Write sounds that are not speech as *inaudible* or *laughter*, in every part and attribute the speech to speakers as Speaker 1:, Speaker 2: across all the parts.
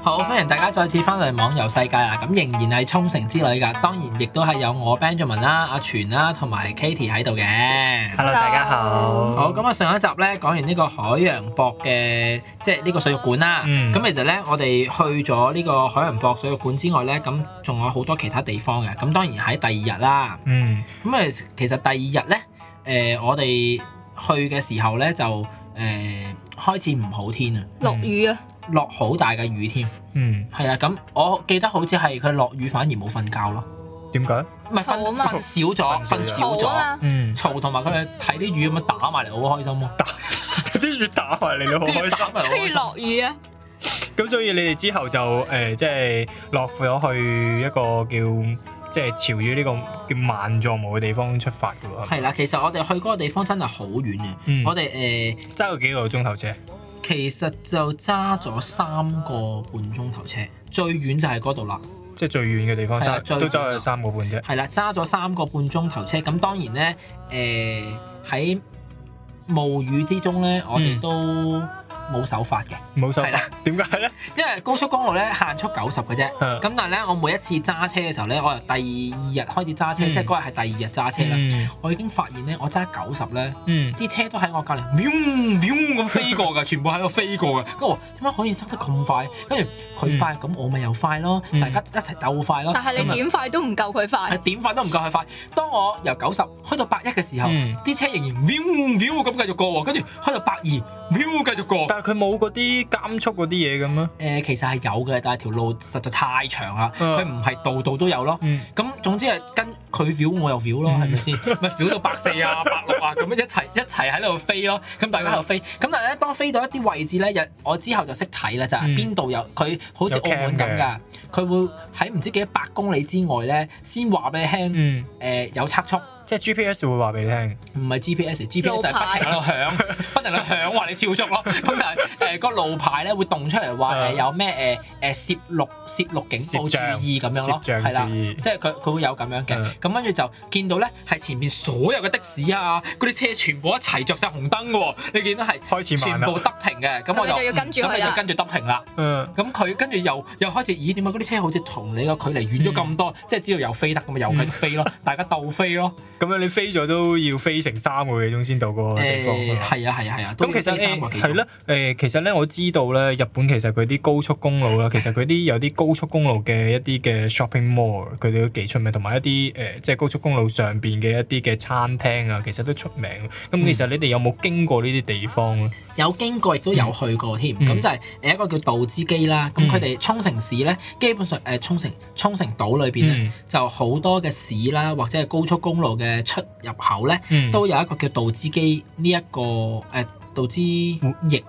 Speaker 1: 好，歡迎大家再次翻嚟網遊世界啊！咁仍然係沖繩之旅㗎，當然亦都係有我 Benjamin 啦、阿全啦同埋 Katie 喺度嘅。
Speaker 2: Hello，大家好。
Speaker 1: 好，咁啊上一集咧講完呢個海洋博嘅，即係呢個水族館啦。
Speaker 2: 嗯
Speaker 1: 咁、其實咧，我哋去咗呢個海洋博水族館之外咧，咁仲有好多其他地方嘅。咁當然喺第二日啦。
Speaker 2: 嗯，
Speaker 1: 咁誒，其實第二日咧，誒、我哋去嘅時候咧就誒、開始唔好天啊，
Speaker 3: 落雨啊，
Speaker 1: 落好大嘅雨添。
Speaker 2: 嗯，
Speaker 1: 係啊，咁我記得好似係佢落雨反而冇瞓覺咯，
Speaker 2: 點解？
Speaker 1: 唔係瞓
Speaker 3: 嘈啊嘛
Speaker 1: 瞓少咗，瞓
Speaker 2: 瞓少
Speaker 1: 少
Speaker 3: 嘈
Speaker 1: 咗，
Speaker 3: 啊嘛，
Speaker 2: *laughs* 嗯，
Speaker 1: 嘈同埋佢睇啲雨咁樣打埋嚟，好開心咯，
Speaker 2: 啲雨打埋嚟，你好開
Speaker 1: 打
Speaker 2: 心。
Speaker 1: 嗯埋嚟好開
Speaker 3: 吹
Speaker 1: 心
Speaker 3: 落雨啊，
Speaker 2: *laughs* 咁所以你哋之後就誒、呃即係落咗去一個叫即係朝住呢個叫萬座毛嘅地方出發嘅喎，
Speaker 1: 係啦，其實我哋去嗰個地方真係好遠嘅，
Speaker 2: 嗯
Speaker 1: 我哋誒、呃
Speaker 2: 揸咗幾個鐘頭車。
Speaker 1: 其實就揸咗三個半鐘頭車，最遠就係嗰度啦。
Speaker 2: 即係最遠嘅地方，
Speaker 1: 係啊
Speaker 2: 揸
Speaker 1: 最遠
Speaker 2: 都揸咗三個半啫。
Speaker 1: 係啦，揸咗三個半鐘頭車，咁當然咧，誒、喺霧雨之中咧，我哋
Speaker 2: 嗯
Speaker 1: 都冇手法嘅，
Speaker 2: 冇手
Speaker 1: 係啦
Speaker 2: 法，點解咧？
Speaker 1: 因為高速公路咧限速九十嘅啫。
Speaker 2: 嗯
Speaker 1: 咁但係咧，我每一次揸車嘅時候咧，我由第二日開始揸車，
Speaker 2: 嗯
Speaker 1: 即係嗰日係第二日揸車啦。我已經發現咧，我揸九十咧，
Speaker 2: 嗯，
Speaker 1: 啲車都喺我隔離 vroom vroom 咁飛過㗎，全部喺度飛過㗎。跟住我點解可以揸得咁快？跟住佢快，咁我咪又快咯，
Speaker 2: 嗯
Speaker 1: 大家一齊鬥快咯。
Speaker 3: 但係
Speaker 1: 咁
Speaker 3: 你
Speaker 1: 啊
Speaker 3: 點快都唔夠佢
Speaker 1: 係
Speaker 3: 快，
Speaker 1: 點快都唔夠佢快。當我由九十開到百一嘅時候，
Speaker 2: 嗯
Speaker 1: 啲、車仍然 vroom vroom 咁繼續過喎，跟住開到百二 vroom 繼續過。
Speaker 2: 但係佢冇嗰啲監速嗰啲嘢咁啊。
Speaker 1: 誒、呃其實係有嘅，但係條路實在太長啦，
Speaker 2: 嗯
Speaker 1: 佢唔係度度都有咯。
Speaker 2: 嗯，
Speaker 1: 咁總之係跟佢 feel 我又 feel 咯，
Speaker 2: 嗯
Speaker 1: 係咪先？
Speaker 2: *laughs*
Speaker 1: 咪 feel 到百四啊、百六啊咁樣一齊一齊喺度飛咯。咁大家喺
Speaker 2: 嗯
Speaker 1: 度飛，咁但係咧，當飛到一啲位置咧，有我之後就識睇啦，就係
Speaker 2: 嗯
Speaker 1: 邊度有佢好似澳
Speaker 2: 有 cam
Speaker 1: 門咁㗎，佢會喺唔知幾多百公里之外咧，先話俾你聽
Speaker 2: 嗯，
Speaker 1: 誒有測速，
Speaker 2: 即係 GPS 會話俾你聽。
Speaker 1: 唔係 GPS，GPS
Speaker 3: 路
Speaker 1: 係
Speaker 3: 牌
Speaker 1: 不停喺度響， *laughs* 不停喺度響話你超速咯。咁但係誒個路牌咧會動出嚟話誒
Speaker 2: 嗯
Speaker 1: 有咩誒誒攝錄攝錄警報
Speaker 2: 攝像
Speaker 1: 注意咁樣咯，
Speaker 2: 攝像
Speaker 1: 係啦，
Speaker 2: 注意
Speaker 1: 即係佢佢會有咁樣
Speaker 2: 嗯
Speaker 1: 嘅。咁跟住就見到咧係前面所有嘅的士啊，嗰啲車全部一齊着晒紅燈嘅喎，你見到係
Speaker 2: 開始慢啊
Speaker 1: 全
Speaker 2: 啦
Speaker 1: 部得停嘅，咁
Speaker 3: 咁
Speaker 1: 我
Speaker 3: 你就要
Speaker 1: 嗯
Speaker 3: 跟住佢
Speaker 1: 咁你就
Speaker 3: 啦
Speaker 1: 跟住得停啦。
Speaker 2: 嗯，
Speaker 1: 咁佢跟住又又開始，咦點解嗰啲車好似同你個距離遠咗咁
Speaker 2: 嗯
Speaker 1: 多？即係知道又飛得咁咪又繼續飛
Speaker 2: *laughs*
Speaker 1: 咯，大家鬥飛咯。
Speaker 2: 咁樣你飛咗都要飛成三個幾鐘先到嗰個地方㗎
Speaker 1: 誒
Speaker 2: 嘛
Speaker 1: 係啊係啊係啊，都
Speaker 2: 咁其
Speaker 1: 要飛三
Speaker 2: 實
Speaker 1: 個幾
Speaker 2: 誒
Speaker 1: 鐘
Speaker 2: 係咧，誒其實咧我知道咧，日本其實佢啲高速公路
Speaker 1: *laughs*
Speaker 2: 啦，其實佢啲有啲高速公路嘅一啲嘅 shopping mall，佢啊哋都幾出名，同埋一啲誒、呃即係高速公路上邊嘅一啲嘅餐廳啊，其實都出名。
Speaker 1: 嗯
Speaker 2: 咁其實你哋有冇經過呢啲地方啊咧？
Speaker 1: 有經過，亦都有去過添。
Speaker 2: 嗯
Speaker 1: 咁就係誒一個叫道之基啦。咁
Speaker 2: 嗯
Speaker 1: 佢哋沖繩市咧，基本上誒沖繩沖繩島裏邊啊咧
Speaker 2: 嗯，
Speaker 1: 就好多嘅市啦，或者係高速公路嘅出入口咧，
Speaker 2: 嗯
Speaker 1: 都有一個叫道之基呢一個誒。道之翼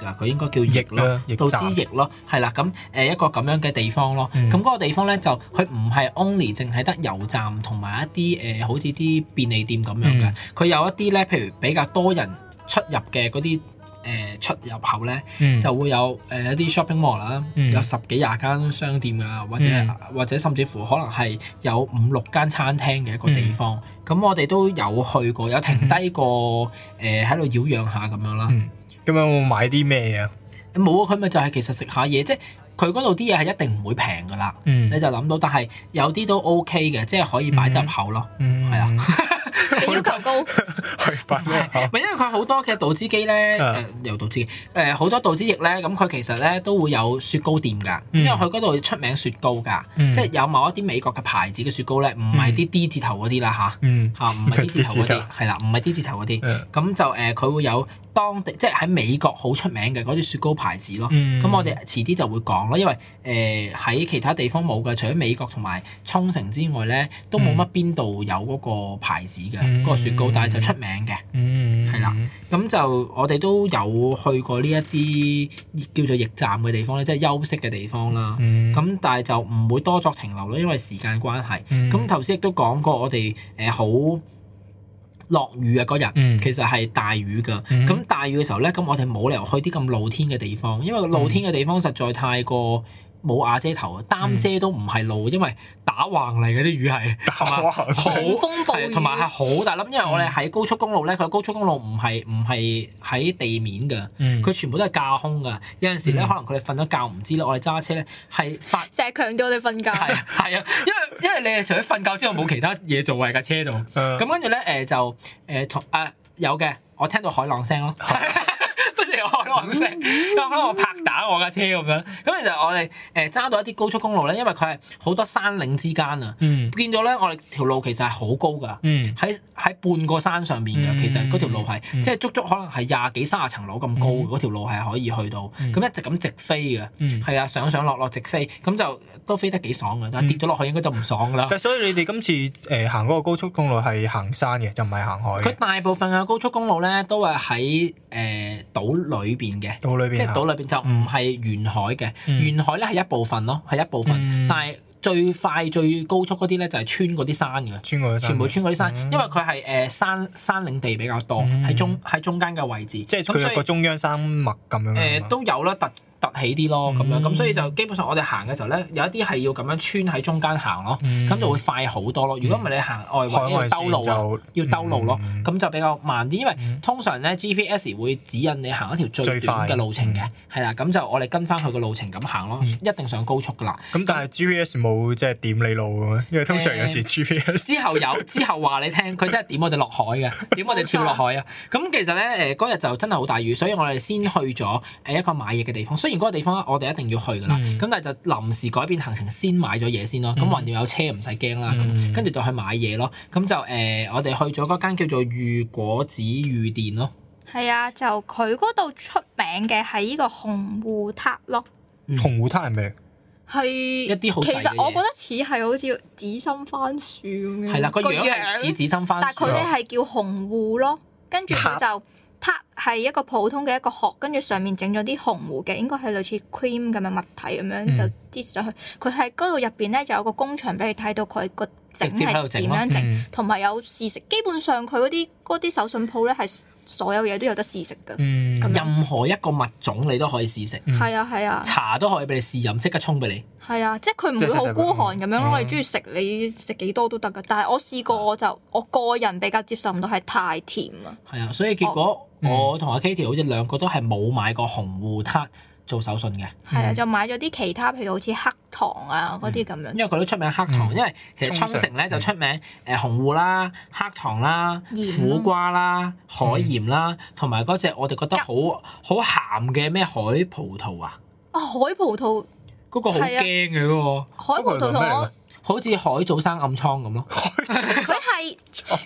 Speaker 1: 啊，佢應該叫翼咯
Speaker 2: 翼啦，
Speaker 1: 道
Speaker 2: 翼
Speaker 1: 之
Speaker 2: 站
Speaker 1: 翼咯，係啦，咁呃誒一個咁樣嘅地方咯，
Speaker 2: 嗯
Speaker 1: 咁嗰個地方咧就佢唔係 only 淨係得油站同埋一啲誒呃好似啲便利店咁樣嘅
Speaker 2: 嗯，
Speaker 1: 佢有一啲咧，譬如比較多人出入嘅嗰啲誒出入口咧，
Speaker 2: 嗯
Speaker 1: 就會有誒、一啲 shopping mall 啦，
Speaker 2: 嗯
Speaker 1: 有十幾廿間商店啊，或者、
Speaker 2: 嗯
Speaker 1: 或者甚至乎可能係有五六間餐廳嘅一個
Speaker 2: 嗯
Speaker 1: 地方。咁、我哋都有去過，有停低過誒喺度擾攘下咁樣啦。
Speaker 2: 嗯咁樣我買啲咩啊？
Speaker 1: 冇啊，佢咪就係其實食下嘢，即係佢嗰度啲嘢係一定唔會平噶啦。
Speaker 2: 嗯
Speaker 1: 你就諗到，但係有啲都 OK 嘅，即係可以擺得入口咯。
Speaker 2: 嗯
Speaker 1: 係啊，
Speaker 3: 你要求高，
Speaker 2: *laughs* 係擺咩啊？
Speaker 1: 咪因為佢好多嘅道之機咧，
Speaker 2: 啊
Speaker 1: 誒由道之機，誒好多道之翼咧，咁佢其實咧都會有雪糕店㗎，因
Speaker 2: 嗯
Speaker 1: 為佢嗰度出名雪糕㗎，
Speaker 2: 嗯
Speaker 1: 即係有某一啲美國嘅牌子嘅雪糕咧，唔係啲 D 字頭嗰啲啦
Speaker 2: 嗯
Speaker 1: 吓，吓
Speaker 2: *laughs*
Speaker 1: 唔係 D 字頭嗰
Speaker 2: D 字
Speaker 1: 啲，係啦，唔係 D 字頭嗰啲，
Speaker 2: 嗯
Speaker 1: 咁就誒佢會有當地即係喺美國好出名嘅嗰啲雪糕牌子咯。
Speaker 2: 嗯
Speaker 1: 咁我哋遲啲就會講咯，因為誒呃喺、其他地方冇嘅，除咗美國同埋沖繩之外咧，都冇乜邊度有嗰個牌子嘅嗰、
Speaker 2: 嗯
Speaker 1: 個雪糕，但係就出名嘅。
Speaker 2: 嗯
Speaker 1: 係啦咁就我哋都有去過呢一啲叫做驛站嘅地方咧，即係休息嘅地方啦。
Speaker 2: 嗯
Speaker 1: 咁、但係就唔會多作停留咯，因為時間關係。
Speaker 2: 嗯
Speaker 1: 咁頭先亦都講過，我哋誒好落雨啊嗰日，
Speaker 2: 嗯
Speaker 1: 其實係大雨㗎。
Speaker 2: 嗯
Speaker 1: 咁、大雨嘅時候咧，咁我哋冇理由去啲咁露天嘅地方，因為露天嘅地方實在太過冇瓦遮頭，啊
Speaker 2: 嗯
Speaker 1: 擔遮都唔係路，因為打橫嚟嗰啲魚係係嘛
Speaker 2: 哇
Speaker 1: 好
Speaker 3: 狂風暴雨
Speaker 1: 係 *laughs* 同埋係好大粒，因為我哋喺高速公路咧，佢高速公路唔係唔係喺地面㗎，
Speaker 2: 嗯
Speaker 1: 佢全部都係架空㗎。有陣時咧，
Speaker 2: 嗯
Speaker 1: 可能佢哋瞓咗覺唔知咧，我哋揸車咧係發
Speaker 3: 成日強調我哋瞓覺，
Speaker 1: 係啊係啊，因為因為你係除咗瞓覺之外冇其他嘢做喺架車度。
Speaker 2: 誒
Speaker 1: 咁跟住咧誒就誒同啊有嘅，我聽到海浪聲咯。 *laughs* 不時有海浪聲，
Speaker 2: 嗯
Speaker 1: 咁可能我拍打我架車咁樣。咁其實我哋誒揸到一啲高速公路咧，因為佢係好多山嶺之間啊，
Speaker 2: 嗯
Speaker 1: 見到咧我哋條路其實係好高㗎。
Speaker 2: 嗯
Speaker 1: 喺喺半個山上面
Speaker 2: 嗯
Speaker 1: 嘅，其實嗰條路係、
Speaker 2: 嗯
Speaker 1: 即係足足可能係廿幾三十層樓咁高嘅，嗰、條路係可以去到，咁、
Speaker 2: 嗯
Speaker 1: 一直咁直飛嘅，
Speaker 2: 嗯
Speaker 1: 係啊、上上落落直飛，咁就都飛得幾爽嘅，但
Speaker 2: 嗯
Speaker 1: 係跌咗落去應該就唔爽㗎啦。
Speaker 2: 但所以你哋今次誒行嗰個高速公路係行山嘅，就唔係行海
Speaker 1: 佢
Speaker 2: 嘅。
Speaker 1: 大部分嘅高速公路咧都係喺誒島裏邊嘅。
Speaker 2: 島裏邊
Speaker 1: 即係
Speaker 2: 行
Speaker 1: 島裏邊就唔係沿海嘅，
Speaker 2: 嗯
Speaker 1: 沿海咧係一部分咯，係一部分，
Speaker 2: 嗯
Speaker 1: 但係最快最高速嗰啲咧就係穿嗰啲山嘅。
Speaker 2: 穿過去山
Speaker 1: 全部
Speaker 2: 嘅
Speaker 1: 穿嗰啲山，
Speaker 2: 嗯
Speaker 1: 因為佢係誒山山嶺地比較多，
Speaker 2: 嗯
Speaker 1: 喺中喺中間嘅位置，
Speaker 2: 即係
Speaker 1: 咁所
Speaker 2: 佢
Speaker 1: 以
Speaker 2: 有個中央山脈咁樣嘅
Speaker 1: 誒
Speaker 2: 嘛。
Speaker 1: 都有啦，突突起啲咯咁樣，
Speaker 2: 嗯
Speaker 1: 咁所以就基本上我哋行嘅時候咧，有一啲係要咁樣穿喺中間行咯，
Speaker 2: 嗯
Speaker 1: 咁就會快好多咯。如果唔係你行外
Speaker 2: 海
Speaker 1: 圍
Speaker 2: 外
Speaker 1: 要兜路啊，
Speaker 2: 線就
Speaker 1: 要兜路咯
Speaker 2: 嗯，
Speaker 1: 咁就比較慢啲，因為
Speaker 2: 嗯
Speaker 1: 通常咧 GPS 會指引你行一條最
Speaker 2: 最快嗯
Speaker 1: 短嘅路程嘅，係啦，咁就我哋跟翻佢個路程咁行咯，一定上高速噶
Speaker 2: *laughs*
Speaker 1: 啦。
Speaker 2: 咁但係 GPS 冇即係點你路嘅咩？因為通常有時 GPS
Speaker 1: 之後有，之後話你聽，佢真係點我哋落海
Speaker 2: *laughs*
Speaker 1: 嘅，點我哋跳落海啊！咁其實咧，誒嗰日就真係好大雨，所以我哋先去咗誒一個買嘢嘅地方。雖然嗰個地方我哋一定要去㗎啦，
Speaker 2: 嗯
Speaker 1: 咁、但係就臨時改變行程，先買咗嘢先咯。咁
Speaker 2: 嗯
Speaker 1: 橫掂有車唔使驚啦，
Speaker 2: 嗯
Speaker 1: 咁跟住就去買嘢咯。咁就誒、我哋去咗嗰間叫做御果子御殿咯。
Speaker 4: 係啊，就佢嗰度出名嘅係呢個紅湖塔咯，
Speaker 2: 紅湖灘係咩？
Speaker 3: 係
Speaker 1: 一啲好
Speaker 3: 其
Speaker 1: 細嘅嘢
Speaker 3: 實我覺得似係好似紫心番薯咁樣，
Speaker 1: 係啦，個樣係似紫心番
Speaker 4: 嗯但
Speaker 1: 薯
Speaker 4: 係佢，哋係叫紅湖咯，跟住佢就塔係一個普通嘅一個殼，跟住上面整咗啲紅湖嘅，應該係類似 cream 咁嘅物體咁
Speaker 2: 嗯
Speaker 4: 樣就擠上去。佢喺嗰度入邊咧就有個工場俾你睇到佢個整
Speaker 1: 直接喺度
Speaker 4: 係
Speaker 1: 整
Speaker 4: 點
Speaker 1: 咯
Speaker 4: 樣整，
Speaker 2: 嗯
Speaker 4: 同埋有試食。基本上佢嗰啲嗰啲手信鋪咧係所有嘢都有得試食㗎。
Speaker 2: 嗯，
Speaker 4: 咁樣
Speaker 1: 任何一個物種你都可以試食，
Speaker 2: 嗯
Speaker 4: 係啊係啊
Speaker 1: 茶都可以俾你試飲，即刻沖俾你。
Speaker 4: 係啊，即係佢唔會好孤寒咁樣咯。你中意食你食幾多都得㗎。但係我試過我就我個人比較接受唔到係太甜啊。
Speaker 1: 係啊，所以結
Speaker 4: 哦
Speaker 1: 果
Speaker 2: 嗯
Speaker 1: 我同阿 Katie 好似兩個都係冇買過紅護撻做手信嘅，
Speaker 4: 係啊，
Speaker 2: 嗯
Speaker 4: 就買咗啲其他，譬如好似黑糖
Speaker 1: 嗯
Speaker 4: 啊嗰啲咁樣
Speaker 1: 因。為佢都出名黑糖，
Speaker 2: 嗯
Speaker 1: 因為其實沖繩咧
Speaker 2: 沖繩
Speaker 1: 就出名誒紅護啦、黑糖啦、
Speaker 4: 鹽啦
Speaker 1: 苦瓜啦、海鹽啦，同埋嗰隻我哋覺得好好鹹嘅咩海葡萄啊，
Speaker 4: 啊，海葡萄，
Speaker 1: 嗰個好
Speaker 4: 啊
Speaker 1: 驚嘅嗰個，
Speaker 4: 海葡萄
Speaker 2: 嗰個係
Speaker 1: 啊
Speaker 2: 咩
Speaker 4: 同
Speaker 2: 嚟㗎
Speaker 4: 我
Speaker 1: 好似海藻生暗瘡咁咯。*laughs*
Speaker 4: 佢係
Speaker 1: 哦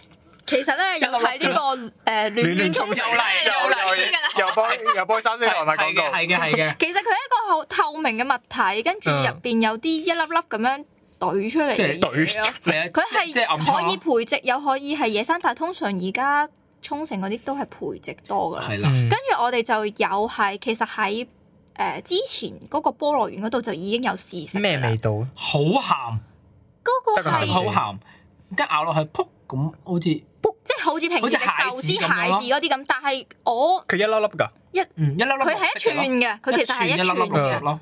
Speaker 4: 其實咧有睇呢個呃誒亂亂沖
Speaker 1: 又
Speaker 4: 繩
Speaker 1: 嚟
Speaker 4: 咧有
Speaker 2: Dạ,
Speaker 1: 又
Speaker 4: 睇㗎啦。
Speaker 2: 又幫又幫三星
Speaker 1: 係係嘅，係嘅，係嘅。
Speaker 4: 其實佢係一個好透明嘅物體，跟住
Speaker 2: 嗯
Speaker 4: 入邊有啲一粒粒咁樣懟出嚟
Speaker 1: 即係
Speaker 4: 嘅嘢咯。
Speaker 1: 係啊
Speaker 4: 佢
Speaker 1: 即係暗
Speaker 4: 係可以
Speaker 1: 瘡
Speaker 4: 培植，又可以係野生，但係通常而家沖繩嗰啲都係培植多噶啦。
Speaker 1: 係啦，
Speaker 2: 嗯
Speaker 4: 跟住我哋就有係其實喺誒、呃之前嗰個菠蘿園嗰度就已經有試食
Speaker 2: 咩
Speaker 4: 㗎啦
Speaker 2: 味？道？
Speaker 1: 好鹹，
Speaker 4: 嗰
Speaker 2: 得個
Speaker 4: 個
Speaker 1: 食
Speaker 2: 鹹
Speaker 4: 係
Speaker 2: 字
Speaker 1: 好鹹，跟住咬落去噗咁，好似
Speaker 4: 即係好似平時食壽司蟹子嗰啲咁，但係我
Speaker 2: 佢一粒粒㗎，
Speaker 1: 嗯一粒粒
Speaker 4: 佢係
Speaker 1: 綠
Speaker 4: 一
Speaker 1: 色嘅
Speaker 4: 串
Speaker 1: 咯
Speaker 4: 嘅，佢其實係
Speaker 1: 一
Speaker 4: 一
Speaker 1: 粒
Speaker 4: 串
Speaker 1: 粒綠色
Speaker 4: 嘅
Speaker 1: 咯，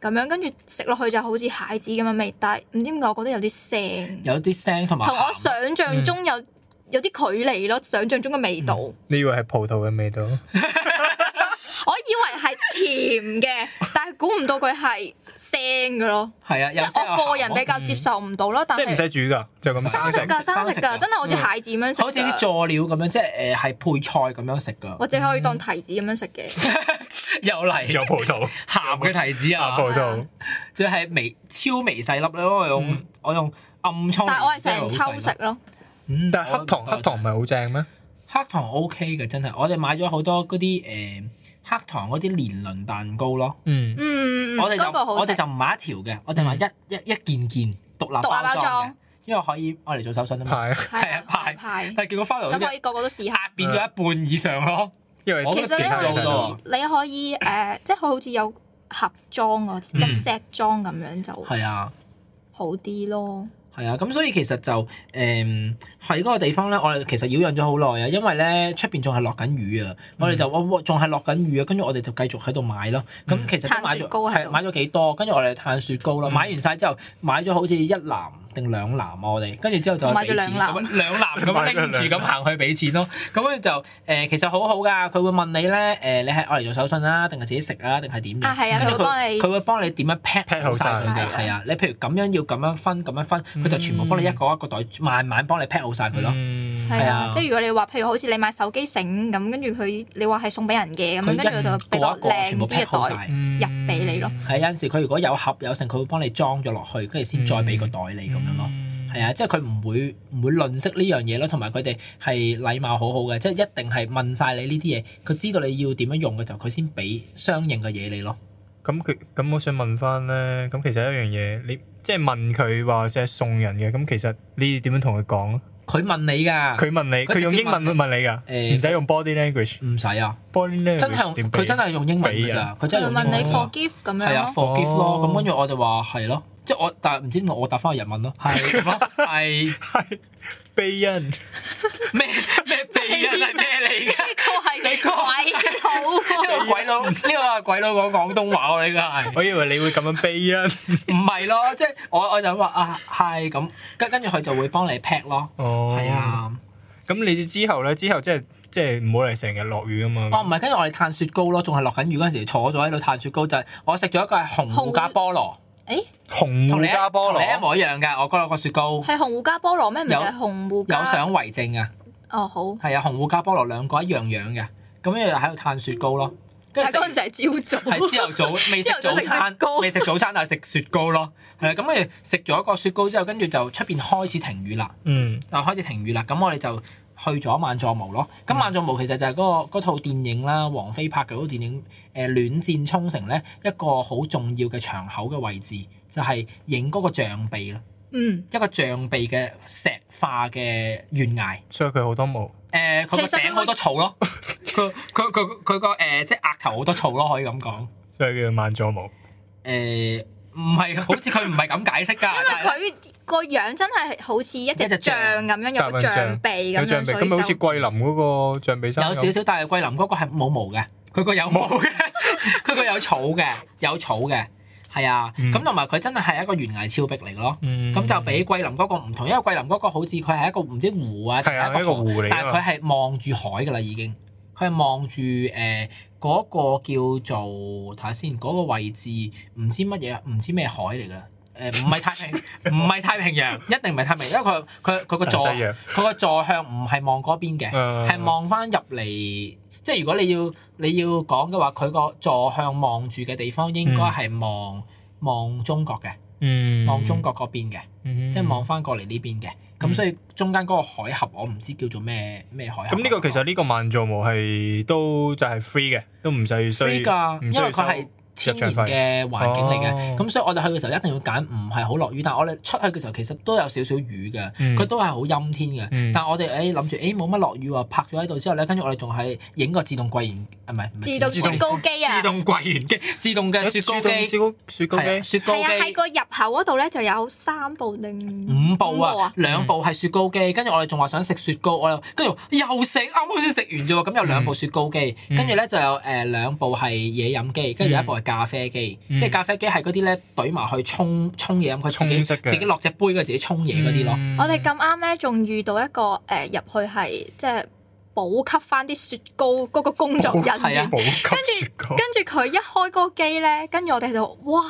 Speaker 4: 咁樣，跟住食落去就好似蟹子咁嘅味，但係唔知點解我覺得有啲腥，
Speaker 1: 有啲聲同埋
Speaker 4: 同我
Speaker 1: 鹹
Speaker 4: 想象
Speaker 1: 嗯
Speaker 4: 中有有啲距離咯，想象中嘅味道。
Speaker 2: 你以為係葡萄嘅味道？
Speaker 4: 我以為係
Speaker 1: *laughs*
Speaker 4: 甜嘅，但係估唔到佢係腥嘅咯。
Speaker 1: 係啊，嗯
Speaker 4: 即
Speaker 1: 有
Speaker 4: 係我個人比較接受唔到咯，但
Speaker 2: 即係唔
Speaker 4: 係
Speaker 2: 使煮㗎，就咁
Speaker 4: 生
Speaker 1: 生
Speaker 4: 食
Speaker 1: 食
Speaker 4: 㗎，生食
Speaker 1: 生食㗎嗯
Speaker 4: 㗎，真係好似蟹子咁樣食
Speaker 1: 好似啲
Speaker 4: 㗎，
Speaker 1: 佐料咁樣，即係誒係配菜咁樣食噶，
Speaker 4: 或者可以
Speaker 1: 嗯
Speaker 4: 當提子咁樣食嘅。
Speaker 1: 又嚟
Speaker 2: 有葡萄，
Speaker 1: 鹹嘅提子
Speaker 2: 啊
Speaker 1: 啊
Speaker 2: 葡，萄，
Speaker 1: 即係微超微細粒咧，因為我用
Speaker 2: 嗯
Speaker 1: 我用暗瘡，
Speaker 4: 但係我係成抽食，咯，
Speaker 1: 嗯
Speaker 2: 但係黑糖黑糖唔係好正咩？
Speaker 1: 黑糖 OK 嘅，真係我哋買咗好多嗰啲誒黑糖嗰啲年輪蛋糕咯，
Speaker 2: 嗯，
Speaker 4: 嗯，
Speaker 1: 我哋
Speaker 4: 嗰個
Speaker 1: 就
Speaker 4: 好
Speaker 1: 我
Speaker 4: 食
Speaker 1: 哋就。唔買一條嘅，我哋買一一一件件獨立
Speaker 4: 獨立包
Speaker 1: 包裝嘅
Speaker 4: 裝，
Speaker 1: 因為可以我嚟做手信啊嘛，
Speaker 2: 嗯係，
Speaker 1: 係啊派
Speaker 4: 派，
Speaker 1: 但係結果翻嚟好
Speaker 4: 咁可
Speaker 1: 似
Speaker 4: 以個個都試下。
Speaker 1: 壓變咗一半以上
Speaker 4: *laughs*
Speaker 1: 咯，
Speaker 2: 因為
Speaker 1: 我
Speaker 4: 其
Speaker 1: 覺
Speaker 4: 實
Speaker 1: 得
Speaker 4: 咧
Speaker 1: 幾
Speaker 2: 好
Speaker 1: 多
Speaker 4: 可以，你可以誒，即係佢好似有盒裝啊，一
Speaker 1: 嗯
Speaker 4: set 裝咁樣就
Speaker 1: 係啊。
Speaker 4: 好啲咯。
Speaker 1: 係啊，咁所以其實就誒喺嗰個地方咧，我哋其實擾攘咗好耐啊，因為咧出邊仲係落緊雨啊，
Speaker 4: 嗯
Speaker 1: 我哋就哇哇仲係落緊雨啊，跟住我哋就繼續喺度買咯。咁其實都買
Speaker 4: 嘆嗯雪
Speaker 1: 咗
Speaker 4: 糕喺
Speaker 1: 係
Speaker 4: 度
Speaker 1: 買咗幾多，跟住我哋嘆雪糕啦，
Speaker 2: 嗯
Speaker 1: 買完晒之後買咗好似一籃定兩籃啊，我哋跟住之後就去
Speaker 4: 買咗
Speaker 1: 俾錢，
Speaker 4: 兩籃
Speaker 1: 咁啊兩籃 *laughs* 咁樣拎住咁行去俾錢咯。咁咧就誒其實好好㗎，佢會問你咧誒你係愛嚟做手信啦，定係自己食啊，定係點嘅？
Speaker 4: 啊係啊
Speaker 1: 跟住
Speaker 4: 佢會幫你
Speaker 1: 佢會幫你點樣 pack
Speaker 2: pack 好晒
Speaker 1: 佢嘅
Speaker 4: 係啊
Speaker 1: 係啊，你譬如咁樣要咁樣分，咁樣分，佢就全部幫你一個一個袋，慢慢幫你 pack 好晒佢咯。
Speaker 2: 嗯
Speaker 4: 係
Speaker 1: 係啊
Speaker 4: 啊，即係如果你話譬如好似你買手機繩咁，跟住佢你話係送俾人嘅咁
Speaker 1: 佢
Speaker 4: 樣，跟住佢
Speaker 1: 一
Speaker 4: 就
Speaker 1: 個
Speaker 4: 俾個
Speaker 1: 一個全
Speaker 4: 靚
Speaker 1: 部
Speaker 4: 啲
Speaker 1: pack 好
Speaker 4: 嘅袋
Speaker 1: 晒。
Speaker 2: 嗯
Speaker 4: 入俾你咯
Speaker 1: 係有陣時佢如果有盒有剩，佢會幫你裝咗落去，跟住先再俾個袋你咁樣咯。
Speaker 2: 嗯
Speaker 1: 係啊，即係佢唔會唔會吝嗇呢樣嘢咯，同埋佢哋係禮貌好好嘅，即係一定係問晒你呢啲嘢，佢知道你要點樣用嘅時候，佢先俾相應嘅嘢你咯。
Speaker 2: 咁佢咁，我想問翻咧，咁其實一樣嘢，你即係問佢話即係送人嘅，咁其實你點樣同佢講？
Speaker 1: 佢問你㗎，
Speaker 2: 佢問你，
Speaker 1: 啊佢
Speaker 2: 佢
Speaker 1: 直接
Speaker 2: 用英文
Speaker 1: 問
Speaker 2: 問你
Speaker 1: 誒
Speaker 2: 㗎，唔使用 body language，body
Speaker 1: 唔使啊，真係用
Speaker 2: language 點俾啊
Speaker 1: 佢真係用英文
Speaker 2: 俾
Speaker 1: 㗎咋，
Speaker 2: 啊
Speaker 1: 佢真係用
Speaker 4: 佢
Speaker 1: 英
Speaker 4: 問
Speaker 1: 文
Speaker 4: 你
Speaker 1: 㗎
Speaker 4: for gift 咁
Speaker 1: 係啊
Speaker 4: 樣咯，
Speaker 1: ，forgive 咯，
Speaker 2: 哦
Speaker 1: 咁跟住我就話係咯，即係我但係唔知點解我答翻去日文咯，係咯，係
Speaker 2: 係悲恩，
Speaker 1: *laughs* 咩咩 *laughs* 鼻音係咩嚟㗎？
Speaker 4: 呢個係
Speaker 1: 你
Speaker 4: 鬼
Speaker 1: 個
Speaker 4: 佬喎，
Speaker 1: 呢 *laughs* 個鬼佬呢個係鬼佬講廣東話喎，呢個係
Speaker 2: 我以為你會咁樣悲恩。
Speaker 1: 唔係咯？即係我我就話啊係咁，跟跟住佢就會幫你 pack 咯，
Speaker 2: 哦
Speaker 1: 係。啊，
Speaker 2: 咁你之後咧，之後即係即係唔好嚟成日落雨啊嘛。
Speaker 1: 哦唔係，跟住我哋嘆雪糕咯，仲係落緊雨嗰陣時坐咗喺度嘆雪糕，就係我食咗一個係紅胡加菠蘿，
Speaker 4: 誒
Speaker 1: 同
Speaker 2: 紅
Speaker 1: 你
Speaker 2: 胡
Speaker 1: 一
Speaker 2: 加菠
Speaker 1: 同你一
Speaker 2: 蘿，
Speaker 1: 模一樣㗎，我嗰兩個雪糕
Speaker 4: 係紅胡加菠蘿咩？唔
Speaker 1: 有
Speaker 4: 就係紅胡
Speaker 1: 有
Speaker 4: 加
Speaker 1: 相為證啊。
Speaker 4: 哦好，
Speaker 1: 係啊，紅胡加菠蘿兩個一樣樣嘅，咁跟住就喺度嘆雪糕咯。跟
Speaker 3: 但
Speaker 1: 住
Speaker 3: 係
Speaker 1: 食
Speaker 3: 嗰陣時係朝早，
Speaker 1: 係朝頭
Speaker 3: *laughs*
Speaker 1: 早未食早
Speaker 3: 朝頭早食
Speaker 1: 餐
Speaker 3: 雪糕，
Speaker 1: 未食早餐但係食雪糕咯。係啊，咁跟住食咗個雪糕之後，跟住就出邊開始停雨啦，
Speaker 2: 嗯，
Speaker 1: 就開始停雨啦。咁我哋就去咗萬座毛咯。
Speaker 3: 嗯
Speaker 1: 咁萬座毛其實就係嗰、個嗰套電影啦，王菲拍嘅嗰套電影誒《戀戰沖繩》咧，一個好重要嘅場口嘅位置，就係影嗰個象鼻啦，
Speaker 3: 嗯，
Speaker 1: 一個象鼻嘅石化嘅懸崖。
Speaker 2: 所以佢好多毛。
Speaker 1: 誒佢個
Speaker 4: 其實佢
Speaker 1: 頂好多草咯， *laughs* 佢佢佢佢個誒即係額頭好多草咯，可以咁講。
Speaker 2: 所以叫萬座毛。
Speaker 1: 誒唔係，好似佢唔係咁解釋㗎。
Speaker 4: 因
Speaker 1: 但係
Speaker 4: 為佢個樣真係好似一隻
Speaker 1: 一隻
Speaker 4: 象
Speaker 1: 象
Speaker 4: 咁樣，有個象鼻咁
Speaker 2: 有象
Speaker 4: 樣，
Speaker 2: 鼻，
Speaker 4: 所
Speaker 2: 咁
Speaker 4: 以
Speaker 2: 咪好似
Speaker 4: 就
Speaker 2: 桂林嗰個象鼻山
Speaker 1: 有
Speaker 2: 咁
Speaker 1: 少少，但係桂林嗰個係冇毛嘅，佢個有毛嘅，佢個有草嘅，有草嘅，係啊。
Speaker 2: 嗯
Speaker 1: 咁同埋佢真係係一個懸崖峭壁嚟嘅咯。
Speaker 2: 嗯
Speaker 1: 咁就比桂林嗰個唔同，因為桂林嗰個好似佢係一個唔知湖啊，定
Speaker 2: 係啊，
Speaker 1: 係
Speaker 2: 一
Speaker 1: 一
Speaker 2: 個
Speaker 1: 個河
Speaker 2: 湖，嚟㗎
Speaker 1: 但係
Speaker 2: 嘛。
Speaker 1: 佢係望住海㗎啦，已經。佢係望住誒嗰個叫做睇下先，嗰、個位置唔知乜嘢，唔知咩海嚟㗎。誒唔係太平，唔係太平洋，一定唔係太平洋，因為佢佢
Speaker 2: *laughs*
Speaker 1: 佢個坐
Speaker 2: 大西洋
Speaker 1: 佢個坐向唔係望嗰邊嘅，
Speaker 2: 啊嗯
Speaker 1: 係望翻入嚟。即係如果你要你要講嘅話，佢個坐向望住嘅地方應該係望望中國嘅，
Speaker 2: 嗯
Speaker 1: 望中國嗰邊嘅。即係望。翻過嚟呢邊嘅。
Speaker 2: 嗯
Speaker 1: 咁所以中間嗰個海峽我唔知叫做咩咩海峽。啊
Speaker 2: 咁呢個其實呢個萬座毛係都就係 free 嘅，都唔使需
Speaker 1: free 㗎，
Speaker 2: 唔
Speaker 1: 因
Speaker 2: 需要
Speaker 1: 為佢係
Speaker 2: 收
Speaker 1: 天
Speaker 2: 入
Speaker 1: 然
Speaker 2: 場費
Speaker 1: 嘅環境嚟
Speaker 2: 哦
Speaker 1: 嘅。咁所以我哋去嘅時候一定要揀唔係好落雨，但係我哋出去嘅時候其實都有少少雨嘅，
Speaker 2: 嗯
Speaker 1: 佢都係好陰天
Speaker 2: 嗯
Speaker 1: 嘅。但係我哋誒諗住誒冇乜落雨喎，拍咗喺度之後咧，跟住我哋仲係影個自動櫃員，啊唔係唔係
Speaker 4: 自動雪糕機啊
Speaker 1: 自。動櫃員機、自動嘅雪糕
Speaker 2: 誒
Speaker 1: 機
Speaker 2: 雪、糕雪糕
Speaker 1: 係啊
Speaker 2: 機，
Speaker 1: 雪糕
Speaker 4: 係啊，
Speaker 1: 機
Speaker 4: 喺。個入口嗰度咧就有三部定
Speaker 1: 五步啊，兩步係雪糕
Speaker 2: 嗯
Speaker 1: 機，跟住我哋仲話想食雪糕，我又跟住又食，啱啱先食完啫喎，咁有兩部雪糕機，
Speaker 2: 嗯
Speaker 1: 跟住咧就有誒兩部係嘢飲機，跟住有一部係咖啡機，
Speaker 2: 嗯
Speaker 1: 即係咖啡機係嗰啲咧懟埋去沖沖嘢飲，佢自己
Speaker 2: 沖式嘅
Speaker 1: 自己落隻杯佢自己沖嘢嗰啲咯，
Speaker 2: 嗯
Speaker 4: 我哋咁啱咧，仲遇到一個誒入、去係即係補給翻啲雪糕嗰個工作人
Speaker 1: 係啊
Speaker 4: 員，
Speaker 2: 補給雪糕
Speaker 4: 跟，住佢一開嗰個機咧，跟住我哋就哇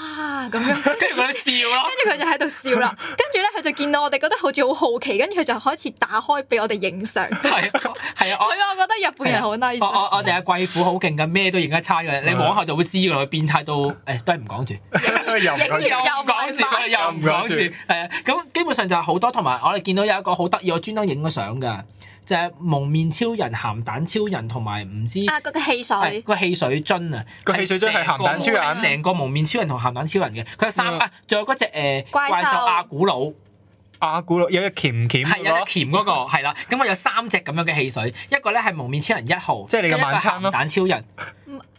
Speaker 4: 咁樣，
Speaker 1: *laughs* 跟住佢哋笑
Speaker 2: *laughs*
Speaker 1: 咯，
Speaker 4: 跟住佢就喺度笑啦，跟住咧佢就見到我哋覺得好似好好奇，跟住佢就開始打開俾我哋影相，所
Speaker 1: 係啊係啊，我
Speaker 4: 以我覺得日本人
Speaker 1: 啊
Speaker 4: 好
Speaker 1: 我
Speaker 2: 啊
Speaker 4: nice，啊
Speaker 1: 我我哋阿貴婦好勁㗎，咩都影得差嘅，你往後就會知㗎啦，佢變態到誒都係唔講住。
Speaker 2: *laughs* 又唔
Speaker 4: 影
Speaker 1: 又
Speaker 2: 夠
Speaker 4: 完
Speaker 1: 唔講住，佢又唔講住，係啊，咁基本上就係好多，同埋我哋見到有一個好得意，我專登影咗相㗎，就係蒙面超人、鹹蛋超人同埋唔知
Speaker 4: 啊嗰、個汽
Speaker 1: 係
Speaker 4: 水，
Speaker 1: 個汽水樽啊，
Speaker 2: 個汽水樽係鹹蛋超人
Speaker 1: 係成個蒙面超人同鹹蛋超人嘅，佢有三
Speaker 2: 嗯
Speaker 1: 啊，仲有嗰只誒
Speaker 4: 怪獸
Speaker 1: 怪獸阿古魯，
Speaker 2: 阿古魯有隻鉗鉗
Speaker 1: 係
Speaker 2: 嗰
Speaker 1: 有
Speaker 2: 個，
Speaker 1: 隻甜嗰個，係啦，咁我有三隻咁樣嘅汽水，一個咧係蒙面超人一號，
Speaker 2: 即係你嘅晚餐咯
Speaker 1: 一個係鹹蛋超人，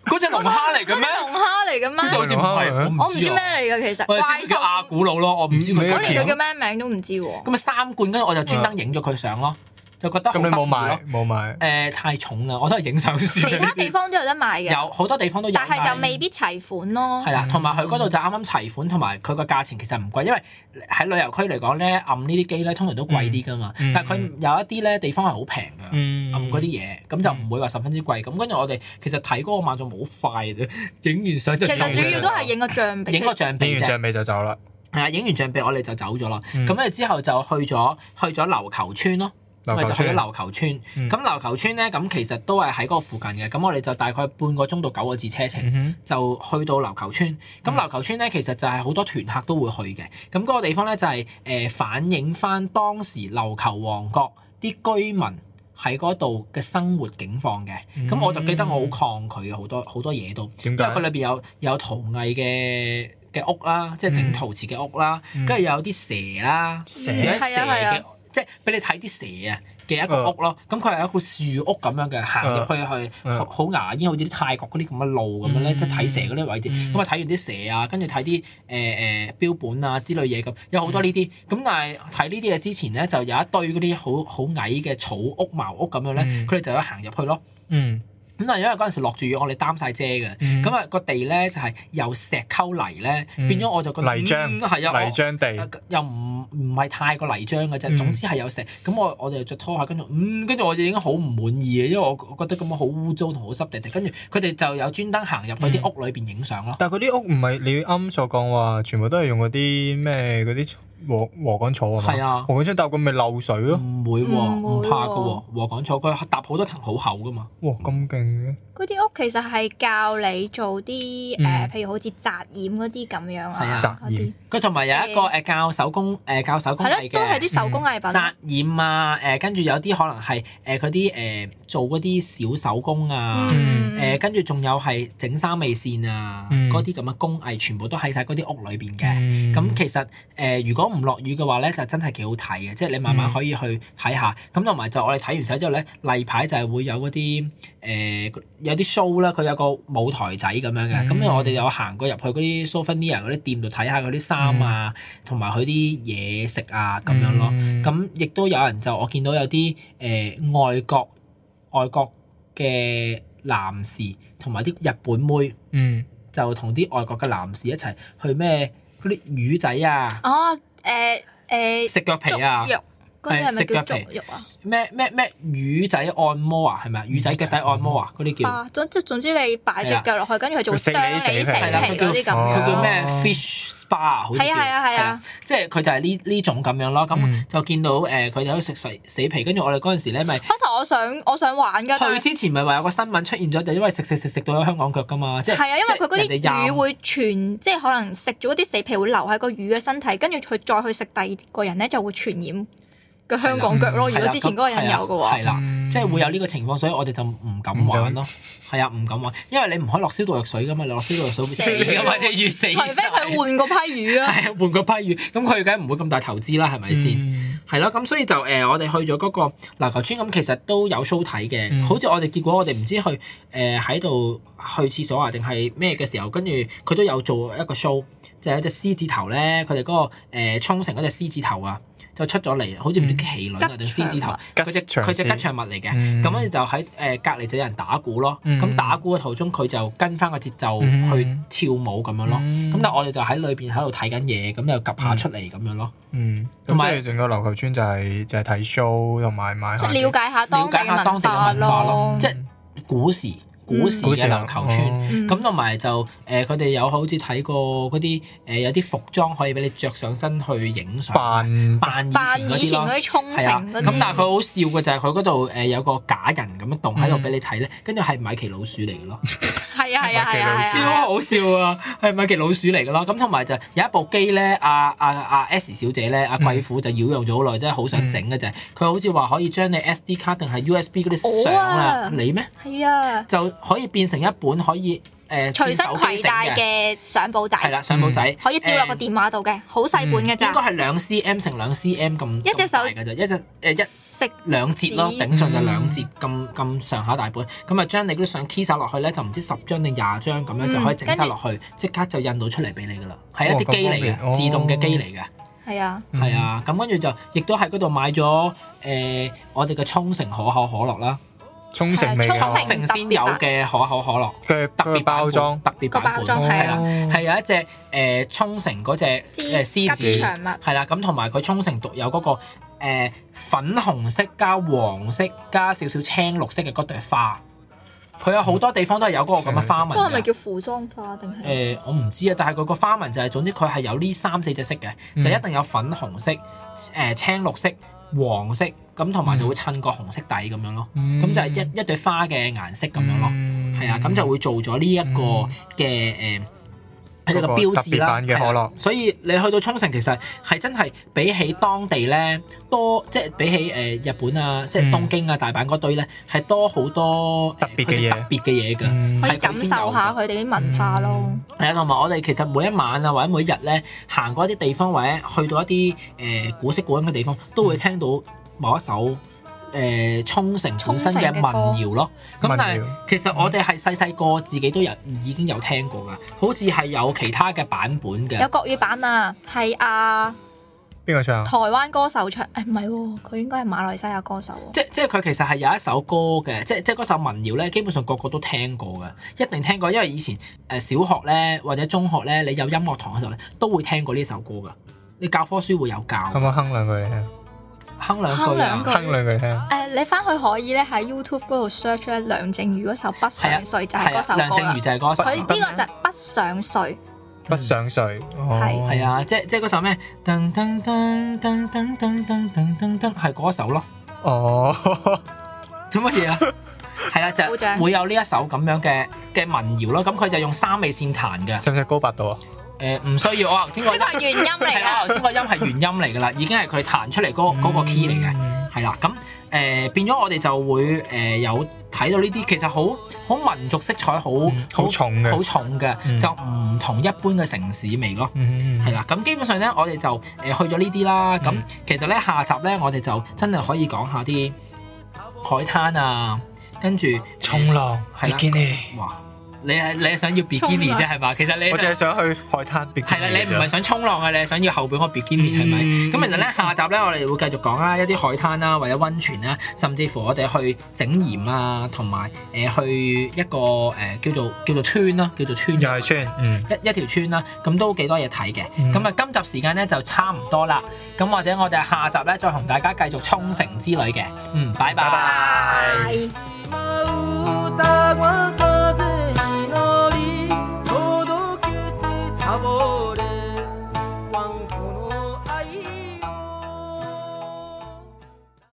Speaker 1: 嗰只龍蝦嚟嘅咩？
Speaker 3: 龍蝦嚟嘅
Speaker 1: 嗰
Speaker 3: 咩？
Speaker 1: 只好似唔係，
Speaker 2: 我
Speaker 3: 我
Speaker 1: 我
Speaker 3: 唔
Speaker 1: 唔
Speaker 3: 知
Speaker 1: 知
Speaker 3: 咩
Speaker 1: 啊。
Speaker 3: 嚟嘅，其實
Speaker 1: 我
Speaker 3: 怪
Speaker 1: 哋知佢叫阿
Speaker 3: 獸。
Speaker 1: 古魯咯，我唔知佢
Speaker 2: 嗯
Speaker 1: 叫
Speaker 3: 我
Speaker 1: 咩
Speaker 3: 連佢叫咩名都唔知喎。
Speaker 1: 咁啊三罐，跟住我就專登影咗佢相咯，就覺得
Speaker 2: 嗯咁
Speaker 1: 好
Speaker 2: 你冇
Speaker 1: 得意咯
Speaker 2: 買冇買？
Speaker 1: 誒太重啊啦，我都係影相
Speaker 4: *laughs*
Speaker 1: 算
Speaker 3: 其
Speaker 1: 嘅。
Speaker 3: 他
Speaker 4: 地方都有得賣嘅，
Speaker 1: 有好多地方都有，
Speaker 4: 啊但係就未必齊款咯。
Speaker 1: 係
Speaker 2: 嗯
Speaker 1: 啦，同埋佢嗰度就啱啱齊款，同埋佢個價錢其實唔貴，因為喺旅遊區嚟講咧，暗呢啲機咧通常都貴啲噶嘛。
Speaker 2: 嗯
Speaker 1: 但係佢有一啲咧地方係好平㗎，
Speaker 2: 嗯
Speaker 1: 暗啊嗰啲嘢，咁就唔會話十分之貴。咁跟住我哋其實睇嗰個晚仲冇快， *laughs* 影完相就
Speaker 4: 其實主要都係
Speaker 1: 影
Speaker 4: 影個象鼻
Speaker 1: 影，個像
Speaker 2: 影
Speaker 1: 俾
Speaker 2: 完
Speaker 1: 啫。
Speaker 2: 象尾就走啦，
Speaker 1: 係啊，影完象鼻我哋就走咗咯。
Speaker 2: 嗯
Speaker 1: 咁咧、之後就去咗去咗琉球村咯。
Speaker 2: 流
Speaker 1: 咪
Speaker 2: 球
Speaker 1: 就去咗
Speaker 2: 村
Speaker 1: 琉球村，
Speaker 2: 嗯
Speaker 1: 咁琉球村咧，咁其實都係喺嗰個附近嘅，咁我哋就大概半個鐘到九個字車程，
Speaker 2: 嗯哼
Speaker 1: 就去到琉球村。咁
Speaker 2: 嗯
Speaker 1: 琉球村咧，其實就係好多團客都會去嘅。咁嗰個地方咧就係、呃反映翻當時琉球王國啲居民喺嗰度嘅生活境況嘅。咁、我就記得我好抗拒嘅好多好多嘢都。
Speaker 2: 嗯點
Speaker 1: 因為佢
Speaker 2: 解？
Speaker 1: 裏邊有有陶藝嘅嘅屋啦，即係整陶瓷嘅屋啦，
Speaker 2: 嗯
Speaker 1: 跟住、有啲蛇啦，
Speaker 2: 蛇
Speaker 1: 有啲蛇
Speaker 4: 係啊係
Speaker 1: 嘅
Speaker 4: 啊，
Speaker 1: 即係俾你睇啲蛇啊。嘅一個屋咯，咁佢係一個樹屋咁樣嘅，行入去係
Speaker 2: 嗯
Speaker 1: 好好牙煙，好似啲泰國嗰啲咁嘅路咁樣咧，
Speaker 2: 嗯
Speaker 1: 即係睇蛇嗰啲位置。
Speaker 2: 嗯
Speaker 1: 咁啊睇完啲蛇啊，跟住睇啲誒誒標本啊之類嘢咁，有好多
Speaker 2: 嗯
Speaker 1: 呢啲。咁但係睇呢啲嘢之前咧，就有一堆嗰啲好好矮嘅草屋、茅屋咁樣咧，
Speaker 2: 嗯
Speaker 1: 佢哋就有行入去咯。
Speaker 2: 嗯
Speaker 1: 咁但係因為嗰陣時落住雨，我哋擔晒遮嘅，
Speaker 2: 嗯
Speaker 1: 咁啊個地咧就係由石溝泥咧，
Speaker 2: 嗯
Speaker 1: 變咗我就覺得
Speaker 2: 泥
Speaker 1: 嗯
Speaker 2: 漿
Speaker 1: 係啊，
Speaker 2: 泥
Speaker 1: 我
Speaker 2: 漿地，
Speaker 1: 又唔唔係太過泥漿嘅啫，
Speaker 2: 嗯
Speaker 1: 總之係有石。咁我我哋着拖鞋，跟住嗯，跟住我就已經好唔滿意嘅，因為我我覺得咁樣好污糟同好濕地地。跟住佢哋就有專登行入去
Speaker 2: 嗯
Speaker 1: 啲屋裏邊影相咯。
Speaker 2: 但係嗰啲屋唔係你啱所講話，全部都係用嗰啲咩嗰啲禾禾杆草啊嘛，
Speaker 1: 係啊
Speaker 2: 禾杆草搭個咪漏水咯，
Speaker 1: 唔會喎，
Speaker 4: 唔
Speaker 1: 唔
Speaker 4: 會
Speaker 1: 怕嘅
Speaker 4: 喎
Speaker 1: 喎，和港錯佢搭好多層好厚噶嘛。
Speaker 2: 哇咁勁嘅，
Speaker 4: 嗰啲屋其實係教你做啲
Speaker 2: 嗯
Speaker 4: 誒，譬如好似紮染嗰啲咁樣
Speaker 1: 係啊
Speaker 4: 啊，
Speaker 2: 紮
Speaker 4: 嗰啲
Speaker 2: 染
Speaker 1: 佢同埋有一個
Speaker 4: 誒
Speaker 1: 誒教手工誒教手工
Speaker 4: 係
Speaker 1: 藝
Speaker 4: 咯，都係
Speaker 1: 嘅。
Speaker 4: 啲手工藝品
Speaker 1: 紮
Speaker 4: 咯。
Speaker 1: 染啊，誒、跟住有啲可能係誒嗰啲誒做嗰啲小手工啊，誒、
Speaker 2: 嗯
Speaker 4: 嗯，
Speaker 1: 跟住仲有係整衫尾線啊，
Speaker 2: 嗯
Speaker 1: 嗰啲咁嘅工藝全部都喺晒嗰啲屋裏邊嘅。
Speaker 2: 咁
Speaker 1: 咁、其實誒、呃如果唔落雨嘅話咧，就真係幾好睇嘅，即係你慢慢
Speaker 2: 嗯
Speaker 1: 可以去睇下。咁同埋就我哋睇完晒之後咧，例牌就係會有嗰啲誒有啲 show 啦，佢有個舞台仔咁樣嘅。咁、
Speaker 2: 嗯
Speaker 1: 我哋有行過入去嗰啲 souvenir 嗰啲店度睇下嗰啲衫啊，
Speaker 2: 嗯
Speaker 1: 同埋佢啲嘢食啊咁樣咯。咁亦都有人就我見到有啲誒、外國外國嘅男士同埋啲日本妹
Speaker 2: 嗯
Speaker 1: 就同啲外國嘅男士一齊去咩嗰啲魚仔啊、
Speaker 4: 哦，誒誒，
Speaker 1: 食腳皮
Speaker 4: 足
Speaker 1: 啊、
Speaker 4: 肉嗰啲係咪叫足
Speaker 1: 係食
Speaker 4: 肉啊？
Speaker 1: 咩咩咩魚仔按摩啊，係咪啊？魚仔腳底按摩啊，嗰啲叫
Speaker 4: 啊，總之總之你擺
Speaker 1: 啊
Speaker 4: 隻腳落去，跟住佢就會
Speaker 2: 佢食你
Speaker 4: 啄你
Speaker 2: 死
Speaker 4: 死
Speaker 2: 你
Speaker 4: 皮
Speaker 1: 係啦，佢叫
Speaker 4: 嗰啲咁
Speaker 2: 哦
Speaker 1: 佢叫
Speaker 4: 樣。
Speaker 1: 咩 fish spa 啊好似叫
Speaker 4: 係啊係啊係
Speaker 1: 係啦
Speaker 4: 啊，
Speaker 1: 即係佢就係呢呢種咁樣咯。
Speaker 2: 嗯
Speaker 1: 咁就見到誒佢哋喺度食死死皮，跟住我哋嗰陣時咧咪。
Speaker 4: 開頭我想我想玩㗎，但
Speaker 1: 去
Speaker 4: 係
Speaker 1: 之前咪話有個新聞出現咗，就因為食食食食到有香港腳噶嘛，即係
Speaker 4: 係啊，因為佢嗰
Speaker 1: 即
Speaker 4: 啲
Speaker 1: 係人哋
Speaker 4: 魚
Speaker 1: 飲
Speaker 4: 會傳，即係可能食咗嗰啲死皮會留喺個魚嘅身體，跟住佢再去食第二個人咧就會傳染個香港腳咯。
Speaker 1: 嗯係
Speaker 4: 如
Speaker 1: 啦
Speaker 4: 果之前嗰個人有嘅話
Speaker 1: 係，啦，
Speaker 2: 嗯
Speaker 1: 即係會有呢個情況，所以我哋就唔敢玩咯。係啊，唔敢玩，因為你唔可以落消毒藥水噶嘛，你落消毒藥水會死噶嘛，
Speaker 4: 死
Speaker 1: 啲魚死
Speaker 4: 除非
Speaker 1: 晒
Speaker 4: 佢換個批魚啊。
Speaker 1: 係啊，換個批魚，咁佢梗係唔會咁大投資啦，係咪先？
Speaker 2: 嗯
Speaker 1: 係咯，咁所以就誒、呃我哋去咗嗰個籃球村，咁其實都有 show 睇嘅。
Speaker 2: 嗯
Speaker 1: 好似我哋結果我哋唔知去誒喺度去廁所啊，定係咩嘅時候，跟住佢都有做一個 show，就有隻獅子頭咧，佢哋嗰個誒沖繩嗰隻獅子頭啊，就出咗嚟，好似唔知
Speaker 2: 嗯
Speaker 1: 麒麟啊定獅子頭，
Speaker 2: 吉
Speaker 1: 佢隻
Speaker 2: 祥
Speaker 1: 佢隻
Speaker 2: 獅
Speaker 1: 吉祥物嚟嘅。
Speaker 2: 嗯
Speaker 1: 咁跟住就喺誒隔離就有人打鼓咯，
Speaker 2: 嗯
Speaker 1: 咁打鼓嘅途中佢就跟翻個節奏
Speaker 2: 嗯
Speaker 1: 去跳舞咁樣咯。
Speaker 2: 嗯
Speaker 1: 咁但係我哋就喺裏邊喺度睇緊嘢，咁又及下出嚟咁樣咯。
Speaker 2: 嗯，
Speaker 1: 同
Speaker 2: 咁
Speaker 1: 埋
Speaker 2: 所以整個琉球村就係就係睇 show 同埋買
Speaker 4: 即
Speaker 2: 下
Speaker 4: 係了解下當地
Speaker 1: 了解下當
Speaker 4: 文
Speaker 1: 地嘅
Speaker 4: 化
Speaker 1: 文化咯
Speaker 4: 咯，
Speaker 1: 即係古時古時
Speaker 2: 古時
Speaker 1: 嘅
Speaker 2: 啊
Speaker 1: 籃球村。
Speaker 2: 哦
Speaker 4: 嗯
Speaker 1: 咁同埋就誒，佢哋有好似睇過嗰啲誒，有啲服裝可以俾你着上身去影相，
Speaker 2: 扮
Speaker 1: 扮
Speaker 4: 扮
Speaker 1: 以
Speaker 4: 以
Speaker 1: 前
Speaker 4: 前
Speaker 1: 嗰啲
Speaker 4: 嗰
Speaker 1: 咯。
Speaker 4: 啲沖
Speaker 1: 係啊，
Speaker 4: 繩嗰
Speaker 1: 咁
Speaker 4: 啲，
Speaker 1: 但係佢好笑嘅就係佢嗰度誒有個假人咁樣棟喺度俾你睇
Speaker 4: 嗯
Speaker 1: 咧，跟住係米奇老鼠嚟嘅咯，
Speaker 4: 係啊係啊係啊
Speaker 1: 超
Speaker 4: 係啊，
Speaker 1: 好笑啊！係米奇老鼠嚟嘅咯，咁同埋就有一部機咧，阿阿阿 S 小姐咧，阿
Speaker 4: 嗯
Speaker 1: 貴婦就擾攘咗好耐，真係好想整嘅就係佢好似話可以將你 SD 卡定係 USB 嗰啲相
Speaker 4: 我
Speaker 1: 啊
Speaker 4: 嗯啊，
Speaker 1: 你咩？
Speaker 4: 係啊，
Speaker 1: 就可以變成一本可以呃誒
Speaker 4: 隨身攜帶嘅相簿
Speaker 1: 係
Speaker 4: 仔，
Speaker 1: 啦相簿仔，
Speaker 4: 可以掉落個
Speaker 1: 誒嗯
Speaker 4: 電話度嘅，好細本
Speaker 1: 應
Speaker 4: 嘅
Speaker 1: 該
Speaker 4: 咋，
Speaker 1: 係兩 cm 乘兩 cm 咁
Speaker 4: 一隻手
Speaker 1: 咁大嘅啫，一隻誒一
Speaker 4: 食食
Speaker 1: 兩節咯，
Speaker 4: 紙
Speaker 1: 頂盡就兩節咁咁上下大本，咁啊將你嗰啲相 key 晒落去咧，就唔知十張定廿張咁樣
Speaker 4: 嗯
Speaker 1: 就可以整晒落去，即刻就印到出嚟俾你噶啦，係一
Speaker 2: 哦
Speaker 1: 啲機嚟
Speaker 2: 咁方便哦嗯
Speaker 1: 嘅，自動嘅機嚟嘅，
Speaker 4: 係啊，
Speaker 1: 係啊，咁跟住就亦都喺嗰度買咗誒我哋嘅沖繩可口可樂啦，
Speaker 2: 沖繩味
Speaker 4: 係啊
Speaker 1: 沖
Speaker 4: 沖
Speaker 2: 嘅
Speaker 4: 繩
Speaker 1: 繩先有嘅可口可樂
Speaker 2: 佢
Speaker 1: 特別
Speaker 2: 佢包裝，
Speaker 1: 版本特別版
Speaker 4: 個包
Speaker 1: 本
Speaker 4: 裝係啊
Speaker 1: 係有一隻誒沖繩嗰隻誒
Speaker 4: 絲
Speaker 1: 獅子。
Speaker 4: 吉祥物
Speaker 1: 係啦，咁同埋佢沖繩獨有嗰、個、誒粉紅色加黃色加少少青綠色嘅嗰朵花，佢有好多地方都係有嗰個咁嘅花紋
Speaker 4: 嗰個係咪
Speaker 1: 嘅。
Speaker 4: 叫扶桑花定
Speaker 1: 誒、
Speaker 4: 係？
Speaker 1: 我唔知啊，但係佢個花紋就係、總之佢係有呢三四隻色嘅，
Speaker 2: 嗯
Speaker 1: 就一定有粉紅色、誒、青綠色、黃色，咁同埋就會襯個紅色底咁樣咯。
Speaker 2: 嗯
Speaker 1: 咁就係一一朵花嘅顏色咁樣咯，
Speaker 2: 嗯
Speaker 1: 係啊，咁就會做咗呢一個嘅誒，佢哋個
Speaker 2: 嗰個
Speaker 1: 標
Speaker 2: 特
Speaker 1: 誌
Speaker 2: 別
Speaker 1: 啦，
Speaker 2: 版嘅可樂
Speaker 1: 係啦所以你去到沖繩，其實係真係比起當地咧多，即係比起誒日本啊，即係東京啊、大阪嗰堆咧，係多好多呃
Speaker 2: 特別
Speaker 1: 佢哋
Speaker 2: 嘅嘢
Speaker 1: 特別嘅嘢㗎。
Speaker 2: 嗯
Speaker 4: 可
Speaker 1: 係
Speaker 4: 以感
Speaker 1: 佢
Speaker 4: 受
Speaker 1: 先有嘅
Speaker 4: 下佢哋啲文化咯。
Speaker 1: 係啊，同埋我哋其實每一晚啊，或者每一日咧，行過一啲地方，或者去到一啲誒、呃古色古香嘅地方，都
Speaker 2: 嗯
Speaker 1: 會聽到某一首誒沖繩本身嘅民謠咯。咁
Speaker 2: 沖
Speaker 1: 但
Speaker 2: 繩嘅歌
Speaker 1: 係
Speaker 2: 民謠嗯
Speaker 1: 其實我哋係細細個自己都有已經有聽過㗎，好似係有其他嘅版本嘅
Speaker 4: 有。國語版啊，係啊
Speaker 2: 邊個唱啊？
Speaker 4: 台灣歌手唱，誒唔係喎，佢應該係馬來西亞歌手喎。
Speaker 1: 即即係佢其實係有一首歌嘅，即即嗰首民謠咧，基本上個個都聽過嘅，一定聽過，因為以前誒、呃小學咧或者中學咧，你有音樂堂嘅時候咧，都會聽過呢首歌㗎。你教科書會有教，
Speaker 2: 可唔可以哼兩句嚟聽？
Speaker 1: 哼兩
Speaker 4: 哼
Speaker 1: 句啊
Speaker 4: 兩句。
Speaker 2: 哼兩句嚟聽。
Speaker 4: 誒、你翻去可以咧喺 YouTube 嗰度 search 咧梁靜茹嗰首《不上水》就係
Speaker 1: 係
Speaker 4: 嗰首
Speaker 1: 啊，梁
Speaker 4: 歌
Speaker 1: 靜
Speaker 4: 啦
Speaker 1: 茹。就係嗰首
Speaker 4: 佢呢個
Speaker 1: 啦。
Speaker 4: 就係《不上水
Speaker 2: 不上水，
Speaker 4: 係
Speaker 1: 係啊，即即係嗰首咩？噔噔噔噔噔噔噔噔噔噔，係嗰首咯。
Speaker 2: 哦， *laughs*
Speaker 1: 做乜嘢啊？係啦，就
Speaker 4: 鼓掌
Speaker 1: 會有呢一首咁樣嘅嘅民謠咯。咁佢就用三味線彈嘅。
Speaker 2: 使唔使高八度啊？
Speaker 1: 誒，唔需要，我頭先》，個
Speaker 4: 呢個係原音
Speaker 1: *laughs*
Speaker 4: 嚟
Speaker 1: 係啊，
Speaker 4: 㗎。
Speaker 1: 我頭先個音係原音嚟㗎啦，已經係佢彈出嚟嗰
Speaker 2: 嗯
Speaker 1: 嗰個 key 嚟嘅。
Speaker 2: 嘅，
Speaker 1: 係啦，咁誒、呃、變咗我哋就會誒、呃有睇到呢啲其實好好民族色彩好
Speaker 2: 嗯好重嘅
Speaker 1: 好重嘅，
Speaker 2: 嗯
Speaker 1: 就唔同一般嘅城市味咯。
Speaker 2: 嗯
Speaker 1: 係，啦，咁基本上咧，我哋就誒去咗呢啲啦。咁
Speaker 2: 嗯
Speaker 1: 其實咧，下集咧，我哋就真係可以講下啲海灘啊，跟住
Speaker 2: 衝浪
Speaker 1: 係啦
Speaker 2: bikini，
Speaker 1: 哇！你係你係想要 bikini
Speaker 4: 衝
Speaker 1: 啫
Speaker 4: 浪
Speaker 1: 係嘛？其實你
Speaker 2: 我淨係想去海灘 bikini。
Speaker 1: 係啦，你唔係想衝浪啊嘅，你係想要後邊嗰個 bikini 係咪？
Speaker 2: 啊嗯
Speaker 1: 咁其實咧，下集咧，我哋會繼續講啦，一啲海灘啦，或者温泉啦，甚至乎我哋去整鹽啊，同埋誒去一個誒、呃叫做叫做村啦，叫做村
Speaker 2: 又係村，嗯，
Speaker 1: 一一條村啦，咁都幾多嘢睇嘅。
Speaker 2: 嗯
Speaker 1: 咁啊、今集時間咧就差唔多啦。咁或者我哋下集咧再同大家繼續沖繩之旅嘅。嗯，拜拜
Speaker 4: 拜。